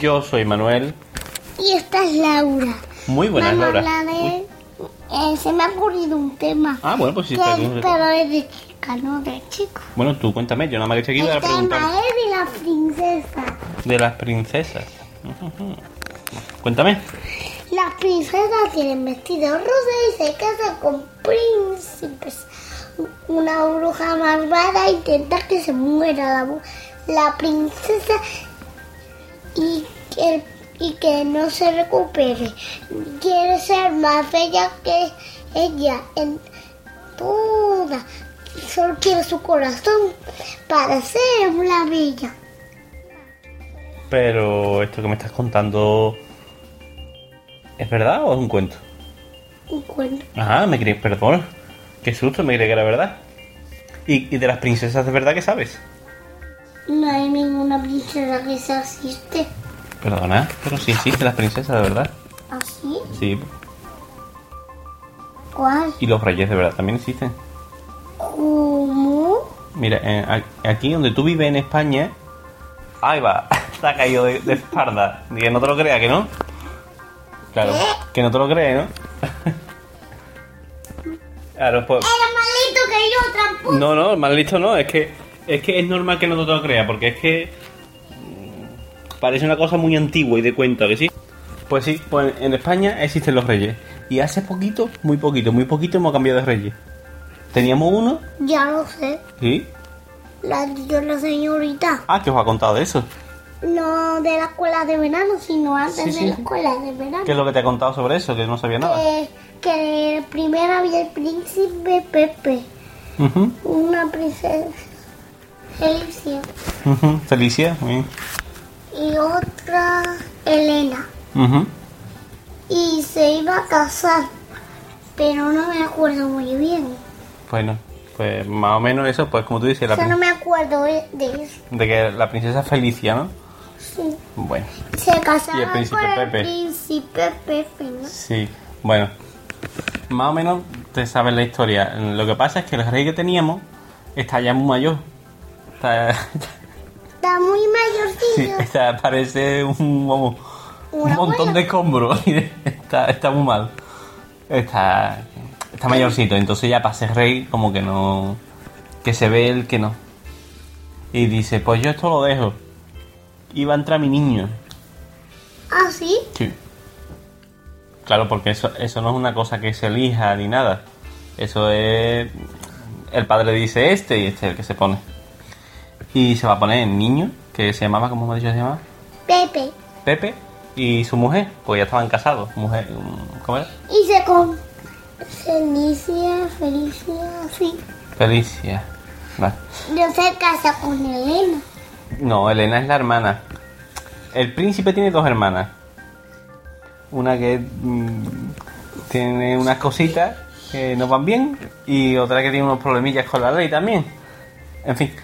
Yo soy Manuel. Y esta es Laura. Muy buenas, Vamos a Laura. hablar de- Uy. eh, se me ha ocurrido un tema. Ah, bueno, pues sí, que está bien. pero es de chica, no de chico. Bueno, tú cuéntame, yo nada más que estoy aquí para El tema preguntar es de la princesa. de las princesas. Ujujú. Cuéntame. Las princesas tienen vestidos rosa y se casan con príncipes. Una bruja malvada intenta que se muera la, bu- la princesa y que, y que no se recupere. Quiere ser más bella que ella en toda. Solo quiere su corazón para ser una bella. Pero esto que me estás contando. ¿Es verdad o es un cuento? Un cuento. Ajá, me creí, perdón. Qué susto, me creí que era verdad. ¿Y, y de las princesas de verdad que sabes? No hay ninguna princesa que se asiste Perdona, pero sí existen las princesas de verdad. así. Sí. ¿Cuál? Y los reyes de verdad también existen. ¿Cómo? Mira, eh, a- aquí donde tú vives en España, ahí va, se ha caído de, de espalda. Que no te lo creas, que no. Claro, que no te lo crees, ¿no? Claro, pues. Era más lindo que yo, tramposo. No, no, más listo no, es que es que es normal que no te lo creas, porque es que mm, parece una cosa muy antigua y de cuento, ¿a que sí. Pues sí, pues en España existen los reyes. Y hace poquito, muy poquito, muy poquito hemos cambiado de reyes. Teníamos uno, Ya lo sé. sí. La dijo la señorita. Ah, que os ha contado de eso. No de la escuela de verano, sino antes Sí, de sí, la sí. escuela de verano. ¿Qué es lo que te ha contado sobre eso? Que no sabía nada. Que, que primero había el príncipe Pepe, Ujú, una princesa Alicia ujú. Felicia, muy bien. y otra Elena. Ujú. Y se iba a casar, pero no me acuerdo muy bien. Bueno, pues más o menos eso, pues como tú dices, la Yo no prin- me acuerdo de de eso. de que la princesa Felicia, ¿no? Sí. Bueno. Se casaron Y el príncipe con el Pepe. príncipe Pepe, ¿no? Sí, bueno, más o menos te sabes la historia. Lo que pasa es que el rey que teníamos está ya muy mayor. Está, Está muy sí, mayorcillo. está- parece un, vamos, un Una montón abuela. de escombros. está, está muy mal. Está, está mayorcito, entonces ya para ser rey como que no... Que se ve el que no. Y dice, pues yo esto lo dejo. Y va a entrar mi niño. ¿Ah, sí? Sí. Claro, porque eso, eso no es una cosa que se elija ni nada. Eso es. El padre dice este y este es el que se pone. Y se va a poner el niño, que se llamaba, como hemos dicho, se llamaba Pepe. Pepe, y su mujer, pues ya estaban casados. Mujer, mm, ¿Cómo era? Y se con... Felicia, Felicia, sí. Felicia. Vale. No se casa con Elena. No, Elena es la hermana. El príncipe tiene dos hermanas. Una que mm, tiene unas cositas que no van bien y otra que tiene unos problemillas con la ley también. En fin,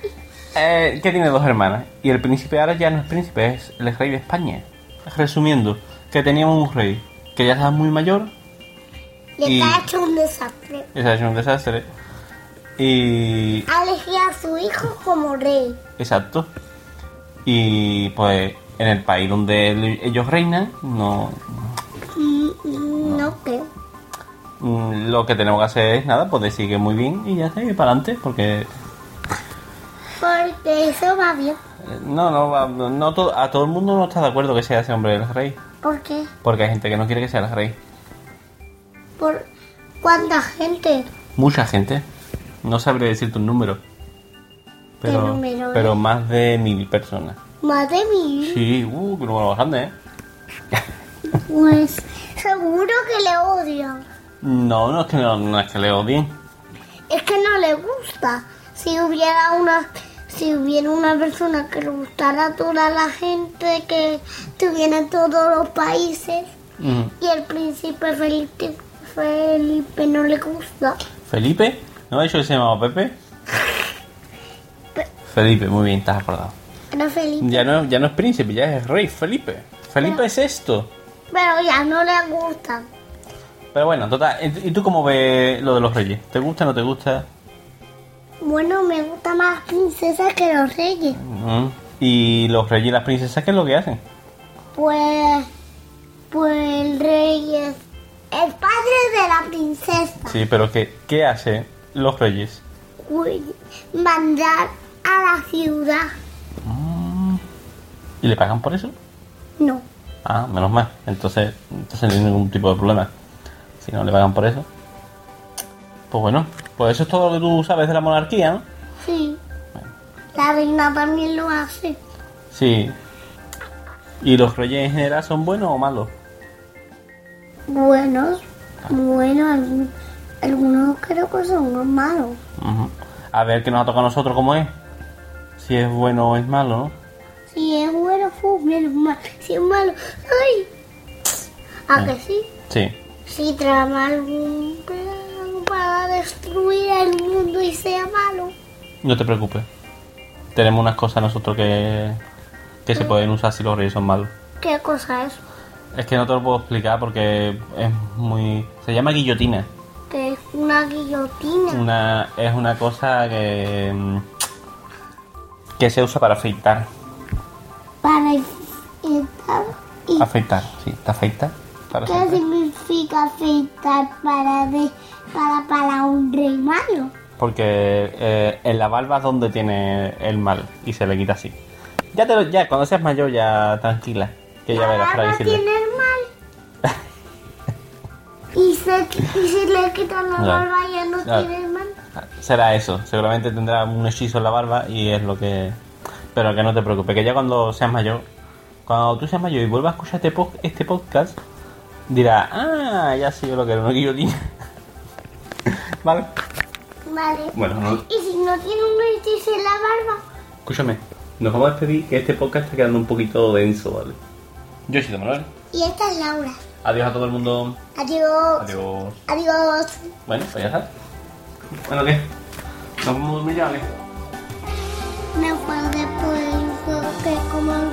eh, que tiene dos hermanas. Y el príncipe ahora ya no es príncipe, es el rey de España. Resumiendo, que teníamos un rey que ya estaba muy mayor, Le Y- ha hecho un desastre. ese es un desastre. Y Ha elegido a su hijo como rey. Exacto. Y pues en el país donde el- ellos reinan, no Mm, mm, No creo. mm, lo que tenemos que hacer es nada, pues decir que muy bien y ya está, y para adelante, porque eh, Porque eso va bien. no, no, va- no, no to- a todo el mundo no está de acuerdo que sea ese hombre el rey, ¿Por qué? porque hay gente que no quiere que sea el rey. ¿Por cuánta gente? Mucha gente, no sabré decirte un número, ¿Qué pero, número es? pero más de mil personas. Más de mil. Sí, uh, qué número grande, ¿eh? Pues seguro que le odian. No, no es que, no, no es que leo bien. Es que no le gusta. Si hubiera una si hubiera una persona que le gustara a toda la gente que estuviera en todos los países y el príncipe Felipe, Felipe no le gusta. Felipe, ¿no ha dicho que se llamaba Pepe? Pe- Felipe, muy bien, estás acordado. Era Felipe. Ya no, ya no es príncipe, ya es rey, Felipe. Felipe es esto. Pero ya no le gusta. Pero bueno, total, ¿y tú cómo ves lo de los reyes? ¿Te gusta o no te gusta? Bueno, me gusta más princesa que los reyes. Mm. ¿Y los reyes y las princesas qué es lo que hacen? Pues, pues el rey es el padre de la princesa. Sí, pero ¿qué, qué hacen los reyes? Pues, mandar a la ciudad. ¿Y le pagan por eso? No. Ah, menos mal. Entonces, entonces no hay ningún tipo de problema. Si no le pagan por eso. Pues bueno, pues eso es todo lo que tú sabes de la monarquía, ¿no? Sí. La reina también lo hace. Sí. ¿Y los reyes en general son buenos o malos? Buenos. Bueno, algún- algunos creo que son malos. Ujú. A ver qué nos ha tocado a nosotros cómo es. Si es bueno o es malo, Si es bueno, fue menos mal. Si es malo, ¡ay! ¿A que sí? ¿no? Sí. Si trama algún plan para destruir el mundo y sea malo. No te preocupes. Tenemos unas cosas nosotros que, que se pueden usar si los reyes son malos. ¿Qué cosa es? Es que no te lo puedo explicar porque es muy... Se llama guillotina. Que es una guillotina. Una, es una cosa que... mm, Que se usa para afeitar. Para afeitar. ¿Y Afeitar, sí. Te afeitas. Para qué siempre. significa afeitar para, de, para, para un rey malo? Porque eh, en la barba es donde tiene el mal y se le quita así. Ya te lo, ya, cuando seas mayor ya tranquila. Que ya La verás para barba decirle. tiene el mal. y, se, y si le quitan la Ya. barba ya no Ya. tiene el mal. Será eso, seguramente tendrá un hechizo en la barba y es lo que... Pero que no te preocupes, que ya cuando seas mayor, cuando tú seas mayor y vuelvas a escuchar este, po- este podcast, dirá, ah, ya sé yo lo que era una guillotina. vale. Vale. Bueno, no- Y si no tiene un hechizo en la barba, Escúchame, nos vamos a despedir que este podcast está quedando un poquito denso, ¿vale? Yo soy Don Manuel. Y esta es Laura. Adiós a todo el mundo. Adiós. Adiós. Adiós. Bueno, pues ya está. Bueno, ¿qué? Nos vamos a dormir ya, ¿vale? Me acuerdo por el juego que como